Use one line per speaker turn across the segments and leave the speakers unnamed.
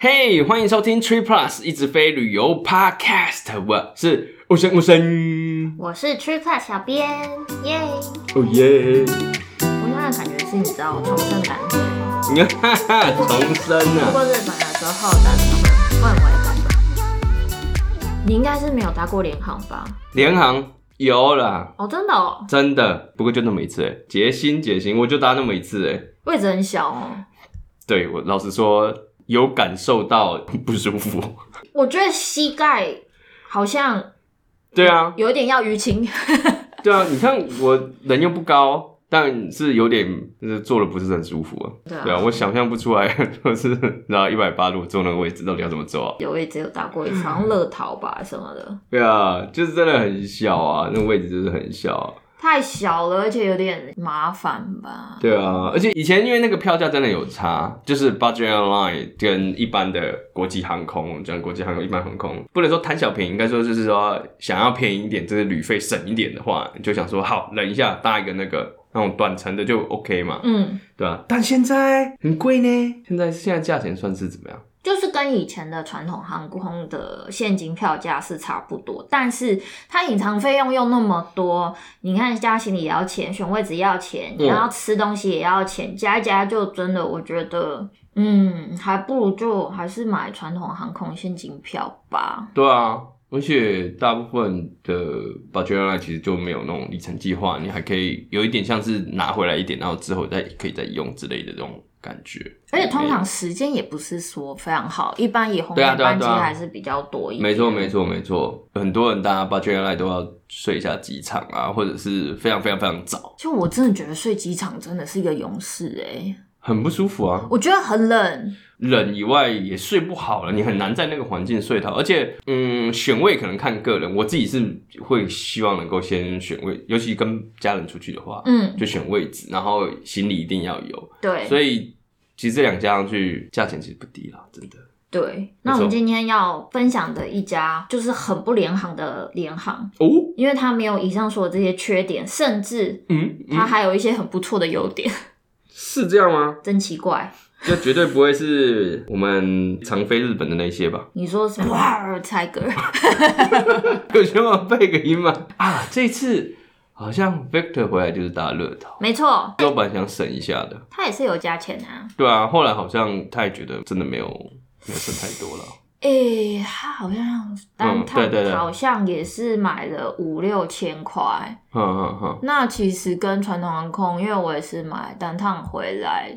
嘿欢迎收听 Tree Plus 一直飞旅游 Podcast，我是欧生欧生，
我是 Tree Plus 小编，耶！
哦耶！
我永远感觉是你知道重生的感觉，
你看， 重生
不
啊！
过日本的时候的那种氛围感。你应该是没有搭过联航吧？
联航有啦，
哦，真的哦，
真的，不过就那么一次，哎结薪结薪，我就搭那么一次，哎，
位置很小哦。
对我老实说，有感受到 不舒服。
我觉得膝盖好像
对啊，
有一点要淤青，
对啊，你看我人又不高，但是有点就是坐的不是很舒服啊。
对啊
对啊，我想象不出来， 就是然后一百八如果坐那个位置，到底要怎么坐啊？
有位置有搭过一次，好像乐淘吧什么的，
对啊，就是真的很小啊，那个位置就是很小、啊。
太小了，而且有点麻烦吧。
对啊，而且以前因为那个票价真的有差，就是 budget airline 跟一般的国际航空，我们讲国际航空、一般航空，不能说贪小便宜，应该说就是说想要便宜一点，就是旅费省一点的话，你就想说好忍一下搭一个那个那种短程的就 OK 嘛，
嗯，
对啊，但现在很贵呢，现在现在价钱算是怎么样？
就是跟以前的传统航空的现金票价是差不多，但是它隐藏费用又那么多，你看加行李也要钱，选位置也要钱，
嗯
然后吃东西也要钱，加一加就真的我觉得，嗯，还不如就还是买传统航空现金票吧。
对啊，而且大部分的 budget airline 其实就没有那种里程计划，你还可以有一点像是拿回来一点，然后之后再可以再用之类的这种感觉。
而且通常时间也不是说非常好，一般以红
嗯对啊
眼
对啊
班机
对啊
还是比较多一点。
没错，没错，没错。很多人大家 budget airline 都要睡一下机场啊，或者是非常非常非常早，
就我真的觉得睡机场真的是一个勇士哎、
很不舒服啊。
我觉得很冷，
冷以外也睡不好了，你很难在那个环境睡到。而且，嗯，选位可能看个人，我自己是会希望能够先选位，尤其跟家人出去的话，
嗯，
就选位置，然后行李一定要有。
对，
所以其实这两家上去价钱其实不低啦，真的。
对。那我
没错
们今天要分享的一家就是很不联航的联航，
哦，
因为它没有以上说的这些缺点，甚至
嗯，
它还有一些很不错的优点，
是这样吗？
真奇怪。
这绝对不会是我们常飞日本的那些吧？
你说什么？哇，Tiger，
有需要配个音吗？ 啊，这次好像 Victor 回来就是搭热淘，
没错，
我本来想省一下的，
它也是有加钱啊。
对啊，后来好像他也觉得真的没有没有省太多了，
诶、哎它好像单趟
对对对
好像也是买了五六千块，
哼哼哼，
那其实跟传统航空，因为我也是买单趟回来，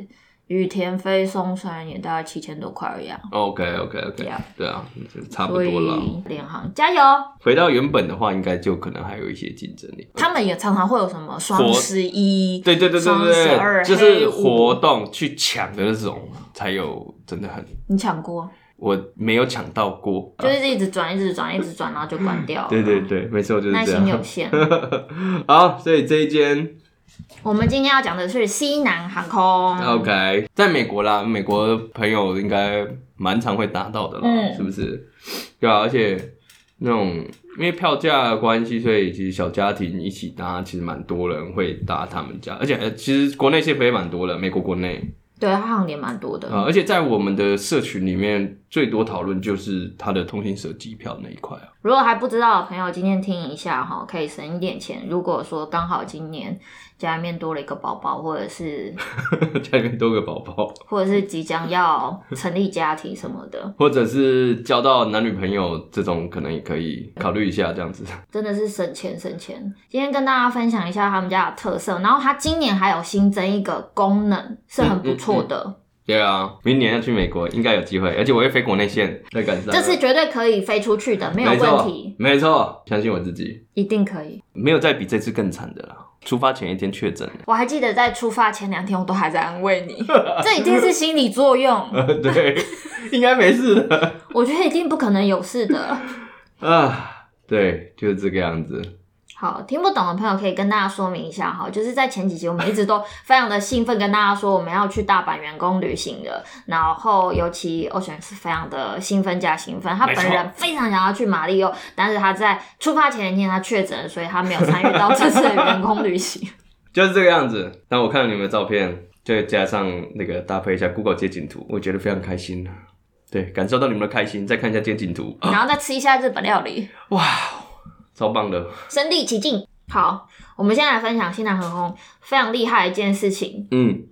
羽田飞松山也大概七千多块而已、啊。
OK OK OK，
Yeah
哦对啊，差不
所以
多了。
联航加油！
回到原本的话，应该就可能还有一些竞争力。
他们也常常会有什么双十一，
对对对对
双十二
对，就是
黑五
活动去抢的那种，才有真的很，
你抢过，
我没有抢到过。
就是一直转，一直转，一直转，然后就关掉了。
对对，对，没错，就是
耐
这
心有
样。
限。
好，所以这一间
我们今天要讲的是西南航空。
OK，在美国啦，美国朋友应该蛮常会达到的啦，
嗯
是不是？对啊，而且那种因为票价的关系，所以其实小家庭一起搭，其实蛮多人会搭他们家，而且呃其实国内现在也蛮多了，美国国内。
对，它好像也蛮多的。
啊、而且在我们的社群里面，最多讨论就是它的通行手机票那一块啊。
如果还不知道的朋友，今天听一下哈，可以省一点钱。如果说刚好今年家里面多了一个宝宝，或者是
家里面多个宝宝，
或者是即将要成立家庭什么的，
或者是交到男女朋友这种，可能也可以考虑一下这样子。
真的是省钱省钱。今天跟大家分享一下他们家的特色，然后它今年还有新增一个功能，是很不错
嗯
的，
对啊，明年要去美国，应该有机会，而且我会飞国内线，再赶上。
这是绝对可以飞出去的，没
没
有问题，
错，没错，相信我自己，
一定可以。
没有再比这次更惨的啦。出发前一天确诊，
我还记得在出发前两天，我都还在安慰你，这一定是心理作用，
呃，对，应该没事的
我觉得一定不可能有事的。
啊。对，就是这个样子。
好，听不懂的朋友可以跟大家说明一下哈，就是在前几集我们一 直都非常的兴奋，跟大家说我们要去大阪员工旅行的，然后尤其 Ocean 是非常的兴奋加兴奋，他
没错
本人非常想要去马里奥，但是他在出发前一天他确诊，所以他没有参与到这次的员工旅行。
就是这个样子。那我看了你们的照片，再加上那个搭配一下 Google 街景图，我觉得非常开心啊。对，感受到你们的开心，再看一下街景图，
然后再吃一下日本料理，
哇，超棒的，
身临其境。好，我们先来分享新南航空非常厉害的一件事情，
嗯，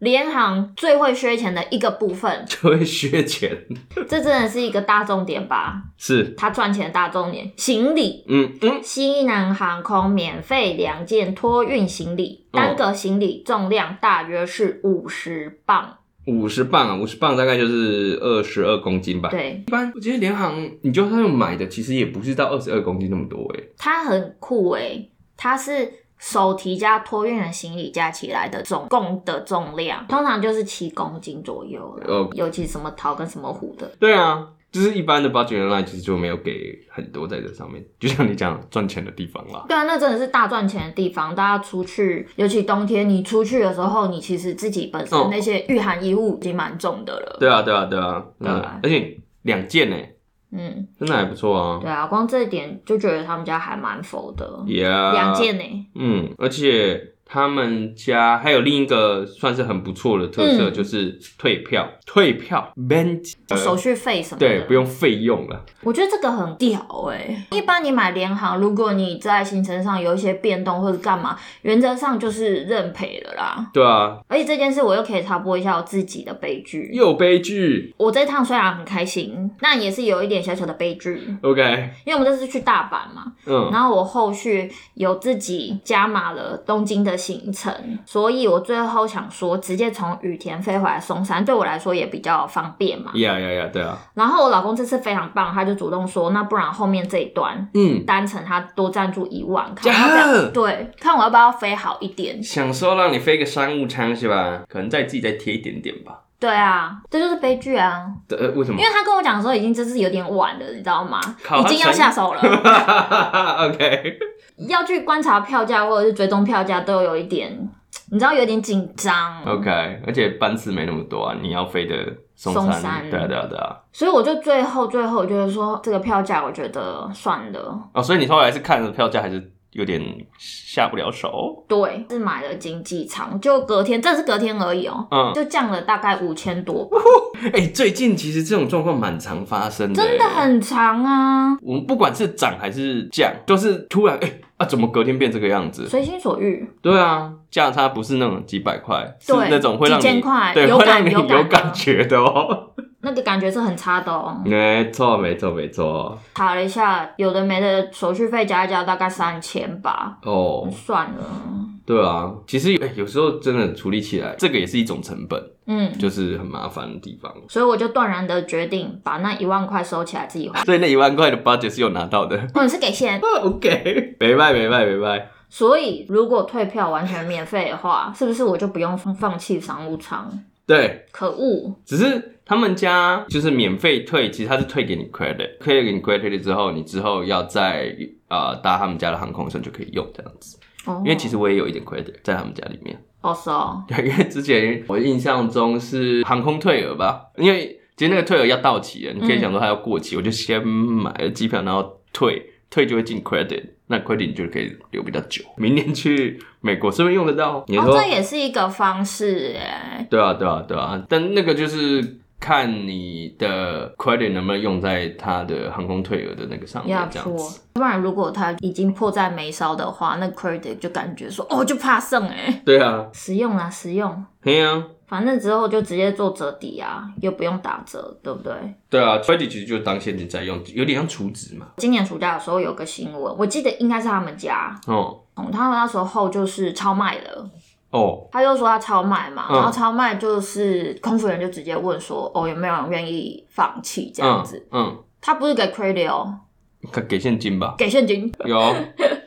联航最会削钱的一个部分，
就会削钱，
这真的是一个大重点吧？
是，
它赚钱的大重点，行李。
嗯嗯，
西南航空免费两件托运行李，
哦
单个行李重量大约是五十磅。
五十磅啊，五十磅大概就是二十二公斤吧。
对，
一般我觉得联航，你就算用买的，其实也不是到二十二公斤那么多欸诶。
它很酷诶、它是手提加托运的行李加起来的总共的重量，通常就是七公斤左右了。
哦
尤其什么桃跟什么虎的，
对啊，就是一般的 budget airline 其实就没有给很多在这上面，就像你讲赚钱的地方啦。
对啊，那真的是大赚钱的地方。大家出去，尤其冬天，你出去的时候，你其实自己本
哦
身那些御寒衣物已经蛮重的了。
对啊，对啊，对啊，嗯，
对啊
而且两件欸呢，
嗯，
真的还不错啊
对。啊，光这一点就觉得他们家还蛮佛的。
Yeah，
两件呢、
嗯，而且他们家还有另一个算是很不错的特色，
嗯
就是退票，退票 b a n
手续费什么的，
对，不用费用了。
我觉得这个很屌哎、一般你买联航，如果你在行程上有一些变动或者干嘛，原则上就是认赔了啦。
对啊，
而且这件事我又可以插播一下我自己的悲剧。
又悲剧。
我这趟虽然很开心，那也是有一点小小的悲剧，
OK，
因为我们这次去大阪嘛，
嗯，
然后我后续有自己加码了东京的行程，所以我最后想说，直接从羽田飞回来松山，对我来说也比较方便嘛。
呀呀呀，对啊，
然后我老公这次非常棒，他就主动说，那不然后面这一段
嗯，
单程他多赞助一万，看
假
要不
的
要对，看我要不要飞好一点。
想说让你飞个商务舱是吧？可能再自己再贴一点点吧。
对啊，这就是悲剧啊！
对呃，为什么
因为他跟我讲的时候已经真是有点晚了，你知道吗？
靠
已经要下 手了，
？OK，
要去观察票价或者是追踪票价都有一点，你知道有点紧张。
OK，而且班次没那么多啊，你要飞的松
松
山，
山
对啊对啊对啊。
所以我就最后最后就是说，这个票价我觉得算了，
哦，所以你后来是看了票价，还是有点下不了手？
对，是买了经济舱，就隔天，这是隔天而已哦、
嗯，
就降了大概五千多吧，
哎、最近其实这种状况蛮常发生的、欸
真的。很长啊，
我们不管是涨还是降，都是突然哎、啊，怎么隔天变这个样子？
随心所欲。
对啊，价差不是那种几百块，是
对
那种会让你
几千块
对，
有
会
感
让你
有感
有
的
感觉嗯的哦。
那个感觉是很差的哦。
没错，没错，没错。
查了一下，有的没的手续费加一加大概三千吧，
哦，
算了。
对啊，其实、哎，有时候真的处理起来，这个也是一种成本，
嗯，
就是很麻烦的地方。
所以我就断然的决定把那一万块收起来自己还，
所以那一万块的 budget 是有拿到的。 哦
或者是给现。
OK，没卖，没卖，没卖。
所以如果退票完全免费的话，是不是我就不用放弃商务舱？
对，
可恶！
只是他们家就是免费退，其实他是退给你 credit，退给你 credit 之后，你之后要在呃搭他们家的航空的时候就可以用这样子。
哦，
因为其实我也有一点 credit 在他们家里面，
哦是哦，
对，因为之前我印象中是航空退额吧，因为其实那个退额要到期了，你可以想说它要过期，我就先买了机票，然后退，退就会进 credit，那 credit 你就可以留比较久，明年去美国顺便用得到。你
哦
说
这也是一个方式哎。
对啊，对啊，对啊，但那个就是看你的 credit 能不能用在他的航空退额的那个上面
要，
这样
错
子。，
不然如果他已经迫在眉梢的话，那 credit 就感觉说哦就怕剩哎、
对啊，
实用啦，实用。
嘿啊，
反正之后就直接做折抵啊，又不用打折，对不对？
对啊，credit 其实就当现金在用，有点像储值嘛。
今年暑假的时候有个新闻，我记得应该是他们家，
哦
嗯他们那时候就是超卖了，
哦，
他就说他超卖嘛，
嗯
然后超卖就是空服员就直接问说，哦有没有人愿意放弃这样子？
嗯，
他不是给 credit 哦，
嗯，给现金吧。
给现金。
有，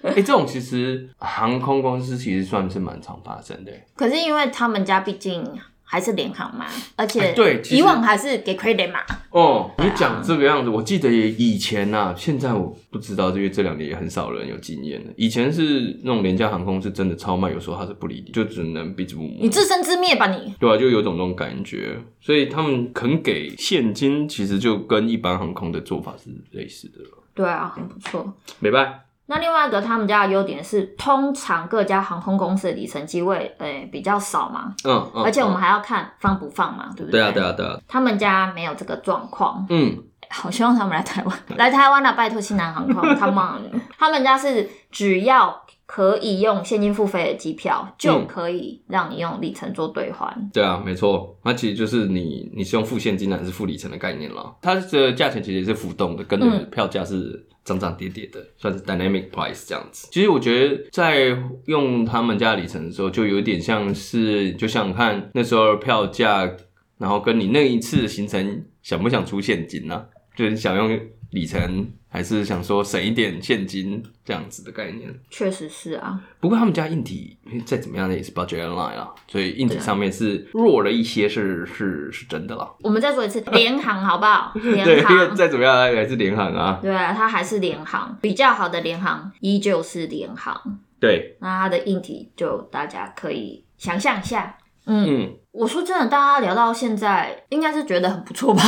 哎、这种其实航空公司其实算是蛮常发生的。
可是因为他们家毕竟还是联行嘛，而且
哎对其实
以往还是给 credit 嘛，
哦，你讲这个样子，我记得也以前呐、啊，现在我不知道，因为这两年也很少人有经验了。以前是那种廉价航空是真的超卖，有时候它是不理你，就只能彼此不摸。
你自生自灭吧你。
对啊，就有种那种感觉，所以他们肯给现金，其实就跟一般航空的做法是类似的了。
对啊，很不错。
没办法，
那另外一个他们家的优点是，通常各家航空公司的里程机位，诶、比较少嘛，
嗯嗯，
而且我们
嗯
还要看放不放嘛，对不
对啊
对
对啊对啊，
他们家没有这个状况，
嗯，
好希望他们来台湾， 来台湾了、拜托西南航空，Come on！他们家是只要可以用现金付费的机票，就可以让你用里程做兑换。
对啊，没错，它其实就是你你是用付现金的还是付里程的概念啦，它的价钱其实也是浮动的，跟着
嗯
票价是涨涨跌跌的，算是 dynamic price 这样子。其实我觉得在用他们家的里程的时候，就有点像是就想看那时候的票价，然后跟你那一次的行程想不想出现金呢、啊？就是想用里程，还是想说省一点现金这样子的概念。
确实是啊，
不过他们家硬体再怎么样也是 budget airline 啦，所以硬体
对啊
上面是弱了一些是，是是真的啦。
我们再说一次，联航好不好？
对，
联
因为
航。
再怎么样它也是联航啊。
对啊，它还是联航，比较好的联航依旧是联航。
对，
那它的硬体就大家可以想象一下。嗯，
嗯，
我说真的，大家聊到现在，应该是觉得很不错吧？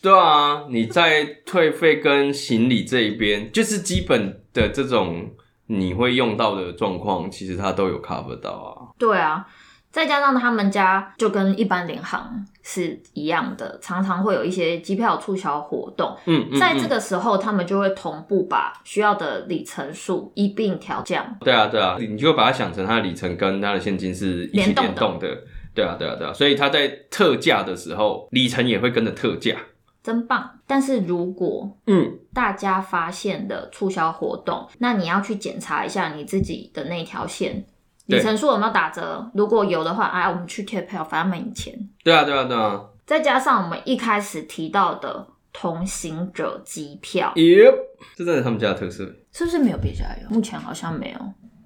对啊，你在退费跟行李这一边，就是基本的这种你会用到的状况，其实它都有 cover 到啊。
对啊，再加上他们家就跟一般联航是一样的，常常会有一些机票促销活动，
嗯，嗯
在这
嗯
个时候他们就会同步把需要的里程数一并调降。
对啊，对啊，你就把它想成它的里程跟它的现金是一起
联动
联
的
动的。对啊，对啊，对啊，所以它在特价的时候，里程也会跟着特价。
真棒！但是如果
嗯，
大家发现的促销活动，那你要去检查一下你自己的那条线
对
里程数有没有打折。如果有的话，哎、我们去贴票，反正没钱。
对啊，对啊，对啊。
再加上我们一开始提到的同行者机票，
耶，这真的是他们家的特色。
是不是没有别家有？目前好像没有，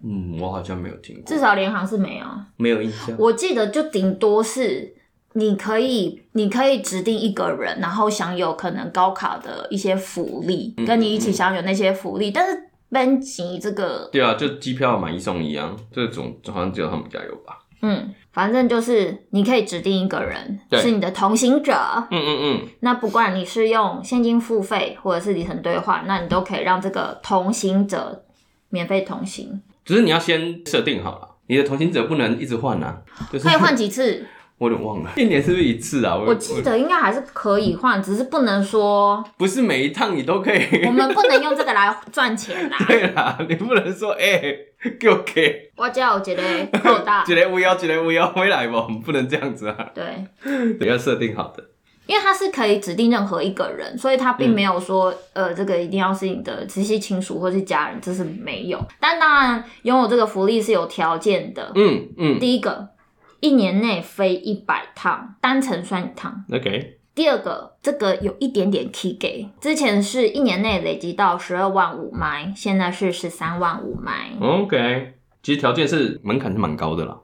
嗯，我好像没有听过，
至少联航是没有。
没有印象。
我记得就顶多是你可以，你可以指定一个人，然后享有可能高卡的一些福利，跟你一起享有那些福利，但是。班级这个，
对啊，就机票买一送一啊，这种好像只有他们家有吧？
嗯，反正就是你可以指定一个人
对
是你的同行者，
嗯嗯
那不管你是用现金付费或者是里程兑换，那你都可以让这个同行者免费同行，
嗯，只是你要先设定好了，你的同行者不能一直换啊。就是
可以换几次？
我有点忘了，一年是不是一次啊？我
我记得应该还是可以换，只是不能说
不是每一趟你都可以。
我们不能用这个来赚钱啦。
对啦，你不能说哎、给我给，
我叫杰雷够 大，
几来无腰，几来无腰回来吧，我们不能这样子啊，
对，
得要设定好的。
因为他是可以指定任何一个人，所以他并
嗯
没有说、呃，这个一定要是你的直系亲属或是家人，这是没有。但当然，拥有这个福利是有条件的。
嗯嗯
第一个，一年内飞一百趟，单程算一趟。
，OK，
第二个，这个有一点点 key 给，之前是一年内累积到十二万五麦，现在是十三万五麦。
OK，其实条件是门槛是蛮高的啦。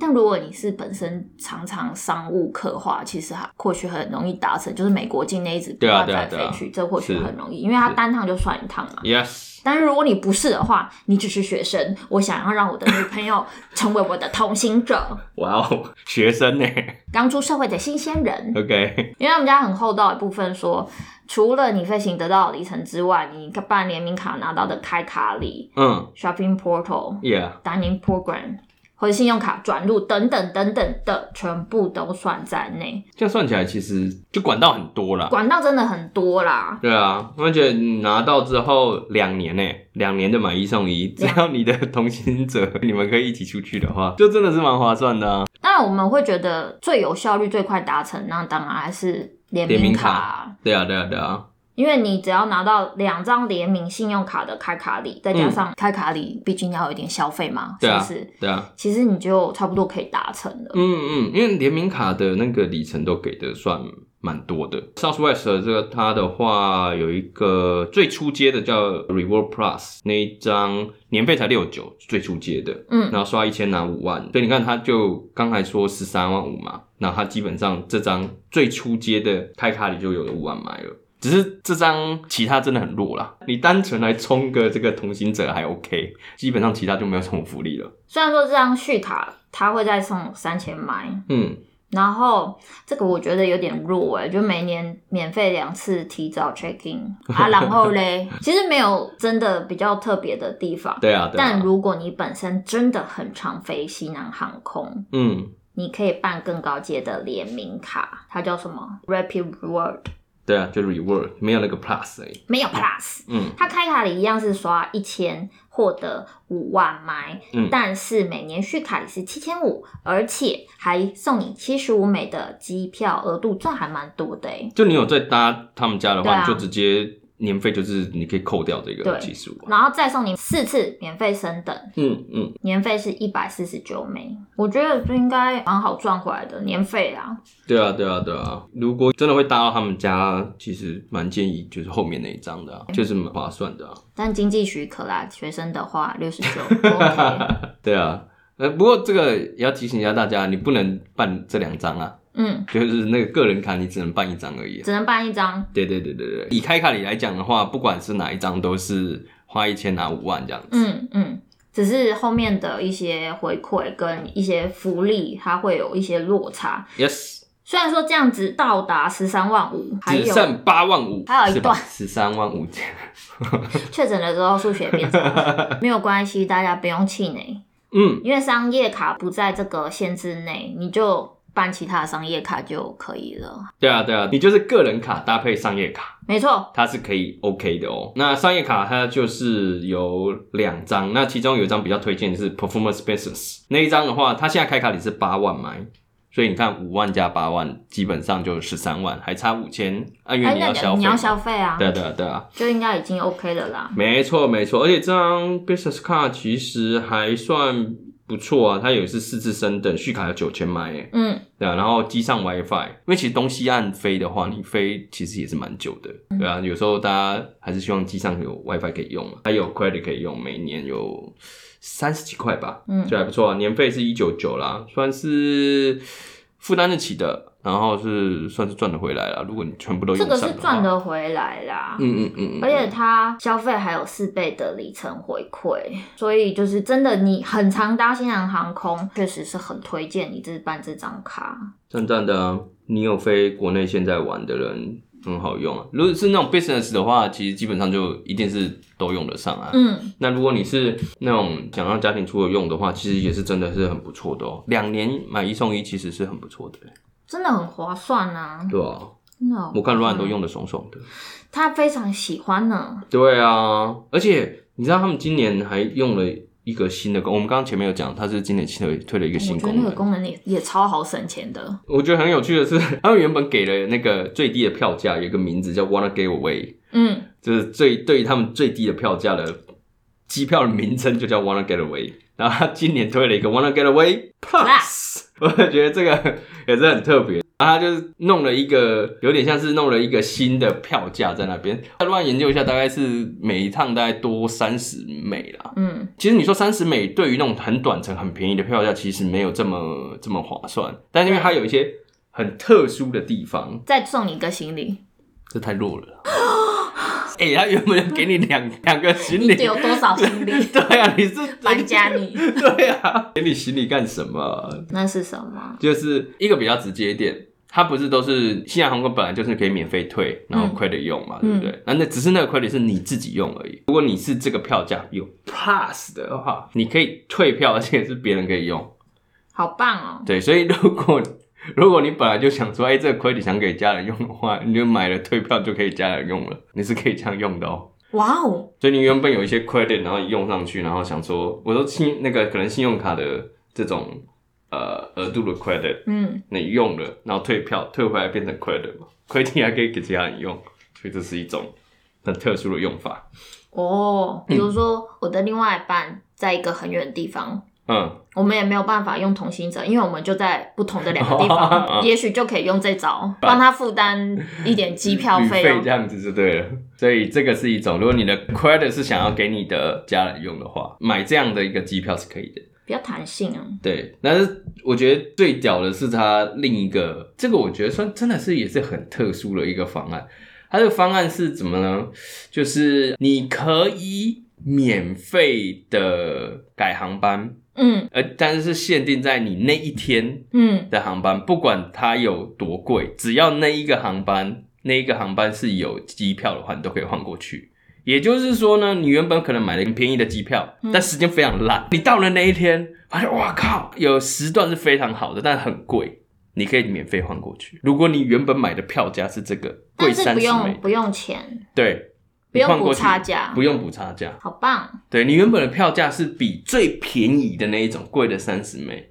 但如果你是本身常常商务客的话，其实还或许很容易达成，就是美国境内一直不
对啊
断
对啊
在
对啊
飞去，这或许
是
很容易，因为它
是
单趟就算一趟嘛。
Yes，
但是如果你不是的话，你只是学生，我想要让我的女朋 友成为我的同行者，
哇哦，学生呢
刚出社会的新鲜人。
？OK，
因为他们家很厚道一部分说，除了你飞行得到的里程之外，你办联名卡拿到的开卡礼、
嗯
shopping portal、
，Yeah，
单宁 program 或者信用卡转入等等等等的，全部都算在内。
这样算起来其实就管道很多啦。
管道真的很多啦，
对啊，而且你拿到之后两年呢，两年就买一送一，只
两
要你的同行者你们可以一起出去的话，就真的是蛮划算的啊。
当然我们会觉得最有效率、最快达成，那当然还是联
联名
名
卡
卡啊。
对啊，对啊，对啊，
因为你只要拿到两张联名信用卡的开卡礼，再加上开卡礼，毕竟要有一点消费嘛，
嗯对啊
是不是？
对啊，
其实你就差不多可以达成了。
嗯嗯，因为联名卡的那个里程都给的算蛮多的。Southwest 的这个它的话有一个最初阶的叫 Reward Plus 那一张年费才六九，最初阶的，
嗯
然后刷一千拿五万，所以你看他就刚才说十三万五嘛，那他基本上这张最初阶的开卡里就有了五万买了。只是这张其他真的很弱啦，你单纯来冲个这个同行者还 OK，基本上其他就没有什么福利了。
虽然说这张续卡它会再送三千麦，
嗯，
然后这个我觉得有点弱哎、就每年免费两次提早 check in 啊，然后嘞，其实没有真的比较特别的地方。
对啊，对啊
但如果你本身真的很常飞西南航空，
嗯，
你可以办更高阶的联名卡，它叫什么？Rapid Reward，
对啊，就 reward 没有那个 plus 而已，
没有 Plus，
嗯
它开卡里一样是刷一千获得五万麦，
嗯
但是每年续卡里是七千五，而且还送你七十五美的机票额度，这还蛮多的欸诶。
就你有在搭他们家的
对
话，
啊
你就直接年费就是你可以扣掉这个
对
七十五，
然后再送你四次免费升等，
嗯嗯，
年费是一百四十九美，我觉得这应该蛮好赚回来的年费啦。
对啊对啊对啊，如果真的会搭到他们家，其实蛮建议就是后面那一张的、啊，
嗯
就是蛮划算的、啊。
但经济许可啦，学生的话六十九 OK，
对啊，呃，不过这个也要提醒一下大家，你不能办这两张啊，
嗯，
就是那个个人卡你只能办一张而已啊、
只能办一张，
对对对对对，以开卡里来讲的话，不管是哪一张都是花一千拿五万这样子。
嗯嗯，只是后面的一些回馈跟一些福利，它会有一些落差。
Yes，
虽然说这样子到达十三万五，还
只
有
剩八万五，
还有一段
十三万五千。
确诊的时候数学变差 了，没有关系，大家不用气馁，
嗯，
因为商业卡不在这个限制内，你就办其他的商业卡就可以了。
对啊对啊，你就是个人卡搭配商业卡，
没错，
它是可以 OK 的哦。那商业卡它就是有两张，那其中有一张比较推荐的是 Performance Business 那一张的话，它现在开卡里是八万买。所以你看，五万加八万，基本上就十三万，还差五千。按月
哎，
你
那
要消费嘛，
你要消费啊，
对啊对啊对啊。
就应该已经 OK 了啦。
没错没错，而且这张 business card 其实还算不错啊，它也是四次升等，续卡有九千迈耶，
嗯，
对啊，然后机上 WiFi，因为其实东西岸飞的话，你飞其实也是蛮久的，
嗯
对啊，有时候大家还是希望机上有 WiFi 可以用啊嘛，还有 credit 可以用，每年有三十几块吧，
嗯
就还不错啊，年费是一九九啦，算是负担得起的，然后是算是赚得回来了，如果你全部都
这
用
个
上
是
话
赚，得回来啦。
嗯嗯嗯嗯，
而且它消费还有四倍的里程回馈，所以就是真的，你很常搭新航航空，确实是很推荐你这办这张卡。
赞赞的、啊，你有飞国内现在玩的人很好用啊。如果是那种 business 的话，其实基本上就一定是都用得上啊。
嗯，
那如果你是那种想让家庭出游用的话，其实也是真的是很不错的哦。两年买一送一其实是很不错的，
真的很划算啊！
对啊，
真的很划算，
我看 Ryan 都用的爽爽的。
他非常喜欢呢。
对啊，而且你知道他们今年还用了一个新的功，我们刚刚前面有讲，它是今年新的推了一个
我觉
新
得
功
那个
能。
功能也也超好省钱的。
我觉得很有趣的是， 他们原本给了那个最低的票价有一个名字叫 Wanna Get Away。
嗯，
就是最对于他们最低的票价的机票的名称就叫 Wanna Get Away，然后他今年推了一个 Wanna Get Away Plus，我 觉得这个也是很特别。然后他就是弄了一个有点像是弄了一个新的票价在那边，他乱研究一下，大概是每一趟大概多三十美啦。
嗯，
其实你说三十美对于那种很短程很便宜的票价，其实没有这么这么划算，但是因为它有一些很特殊的地方，
再送你一个行李，
这太弱 了。哎、他原本要给你两两个行
你
李，
有多少行 李？
对啊，你是
搬家 你
对啊，给你行李干什么？
那是什么？
就是一个比较直接一点，它不是都是西南航空本来就是可以免费退，然后
嗯
credit 用嘛，
嗯
对不对？那那只是那个 credit 是你自己用而已。如果你是这个票价有 pass 的话，你可以退票，而且是别人可以用。
好棒哦！
对，所以如果 如果你本来就想说，哎、这个 credit 想给家人用的话， 你就买了退票就可以家人用了，你是可以这样用的哦。
哇哦，
所以你原本有一些 credit，然后你用上去，然后想说，我说信那个可能信用卡的这种呃额度的 credit，
嗯，
你用了，然后退票退回来变成 credit 嘛，credit 还可以给其他人用，所以这是一种很特殊的用法。嗯
哦，比如说我的另外一半在一个很远的地方，
嗯，
我们也没有办法用同行者，因为我们就在不同的两个地
啊
方，也许就可以用这招帮他负担一点机票
旅
费哦
费
用
这。样子就对了。所以这个是一种，如果你的 credit 是想要给你的家人用的话，买这样的一个机票是可以的。
比较弹性啊，
对，但是我觉得最屌的是它另一个，这个我觉得算真的是也是很特殊的一个方案。它这个方案是怎么呢？就是你可以免费的改航班，
嗯
呃，但是是限定在你那一天
嗯
的航班，不管它有多贵，只要那一个航班，那一个航班是有机票的话，你都可以换过去。也就是说呢，你原本可能买了很便宜的机票，
嗯
但时间非常烂，你到了那一天，发现哇靠，有时段是非常好的，但很贵，你可以免费换过去。如果你原本买的票价是这个贵
但是
三
不
十
用
美，
不用钱，
对，
不
你换
用
过
补
去
差价，
不用补差价，
好棒，
对你原本的票价是比最便宜的那一种贵的三十美，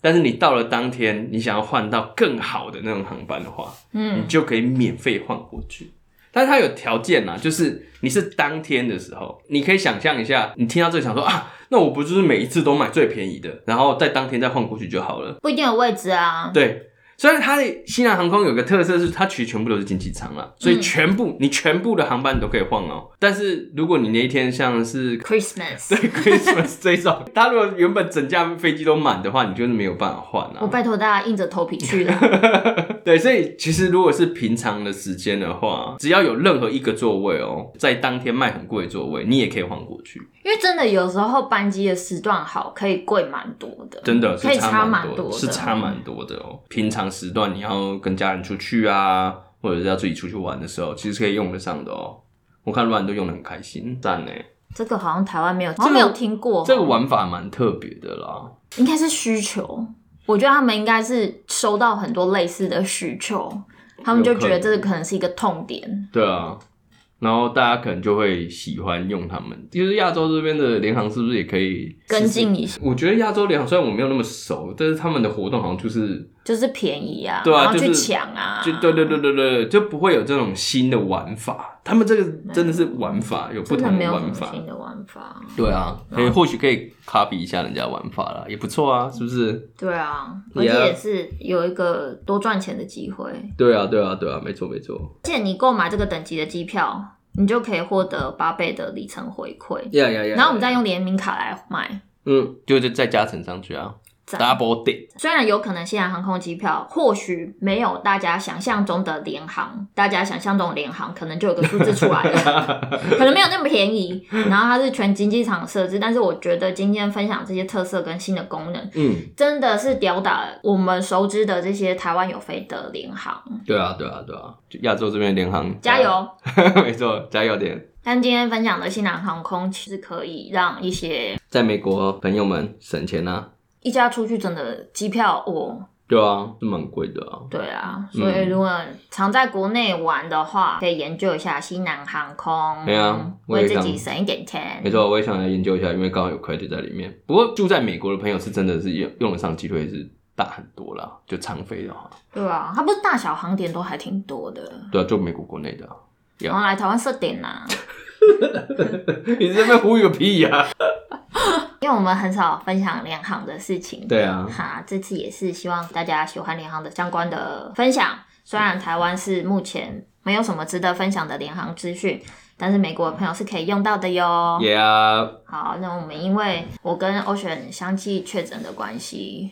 但是你到了当天，你想要换到更好的那种航班的话，你
嗯
就可以免费换过去。但是它有条件啦，就是你是当天的时候，你可以想象一下，你听到这个想说啊，那我不就是每一次都买最便宜的，然后在当天再换过去就好了。
不一定有位置啊，
对，虽然它的新航航空有个特色是它其实全部都是经济舱啦，所以
嗯
全部、你全部的航班你都可以换哦、但是如果你那一天像是
Christmas，
对 Christmas 这一种，它如果原本整架飞机都满的话，你就是没有办法换啊。
我拜托大家硬着头皮去了。
对，所以其实如果是平常的时间的话，只要有任何一个座位哦、在当天卖很贵的座位，你也可以换过去，
因为真的有时候班机的时段好，可以贵蛮多的，
真的是
可以
差
蛮
蛮
多
多，
的，
是差蛮多的哦、平常时段你要跟家人出去啊，或者是要自己出去玩的时候，其实可以用得上的哦、我看乱都用的很开心，赞呢！
这个好像台湾没有，
个
好像没有听过，
这个玩法蛮特别的啦。
应该是需求。我觉得他们应该是收到很多类似的需求，他们就觉得
有可
这
能
个可能是一个痛点。
对啊，然后大家可能就会喜欢用他们。就是亚洲这边的联航是不是也可以
跟进
试试？
一下，
我觉得亚洲联航虽然我没有那么熟，但是他们的活动好像就是
就是便宜啊，
对啊
然后去
就是
抢啊，
就对对对对对，就不会有这种新的玩法。他们这个真的是玩法有不
真的
同
没
的
有什
玩
么
法。
新的玩法。
对啊，可以或许可以 copy 一下人家玩法啦，也不错啊，是不是？
对啊，而
Yeah
且也是有一个多赚钱的机会。
对啊，对啊，对啊，没错没错。
而且你购买这个等级的机票，你就可以获得八倍的里程回馈，
呀呀呀！
然后我们再用联名卡来买。
嗯，就是再加成上去啊
赞
，double date。
虽然有可能西南航空机票或许没有大家想象中的联航，大家想象中的联航可能就有个数字出来 了，可能没有那么便宜。然后它是全经济舱设置，但是我觉得今天分享这些特色跟新的功能，
嗯，
真的是吊打我们熟知的这些台湾有飞的联航，
对啊，对啊，对啊，就亚洲这边的联航
加油！
没错，加油点。
但今天分享的西南航空其实可以让一些
在美国朋友们省钱啊，
一家出去真的机票哦，
对啊，是蛮贵的啊。
对啊，所以如果常在国内玩的话，可以研究一下西南航空，
对啊我也
为
这
自
样
己省一点钱，
没，错，我也想来研究一下，因为刚好有 credit 在里面。不过住在美国的朋友是真的是用用得上机会是大很多啦，就长飞的话，
对啊，它不是大小航点都还挺多的，
对啊，就美国国内的啊、Yeah
然后来台湾设点啦，
你这边呼吁个屁呀、啊
因为我们很少分享联航的事情，
对啊，
哈，这次也是希望大家喜欢联航的相关的分享。虽然台湾是目前没有什么值得分享的联航资讯，但是美国的朋友是可以用到的 哟。
也啊，
好，那我们因为我跟欧选相继确诊的关系，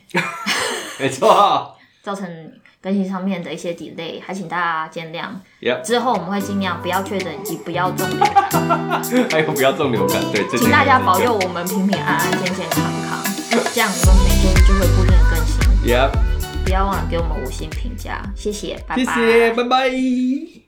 没错，
造成更新上面的一些 delay，还请大家见谅。
也、
之后我们会尽量不要确诊以及不要中流，
还有哎不要中流感，对，这
请大家保佑我们平平安安、健健康康。这样我们每周一就会固定的更新，
也
不要忘了给我们五星评价，谢谢，拜拜。
谢谢，拜拜。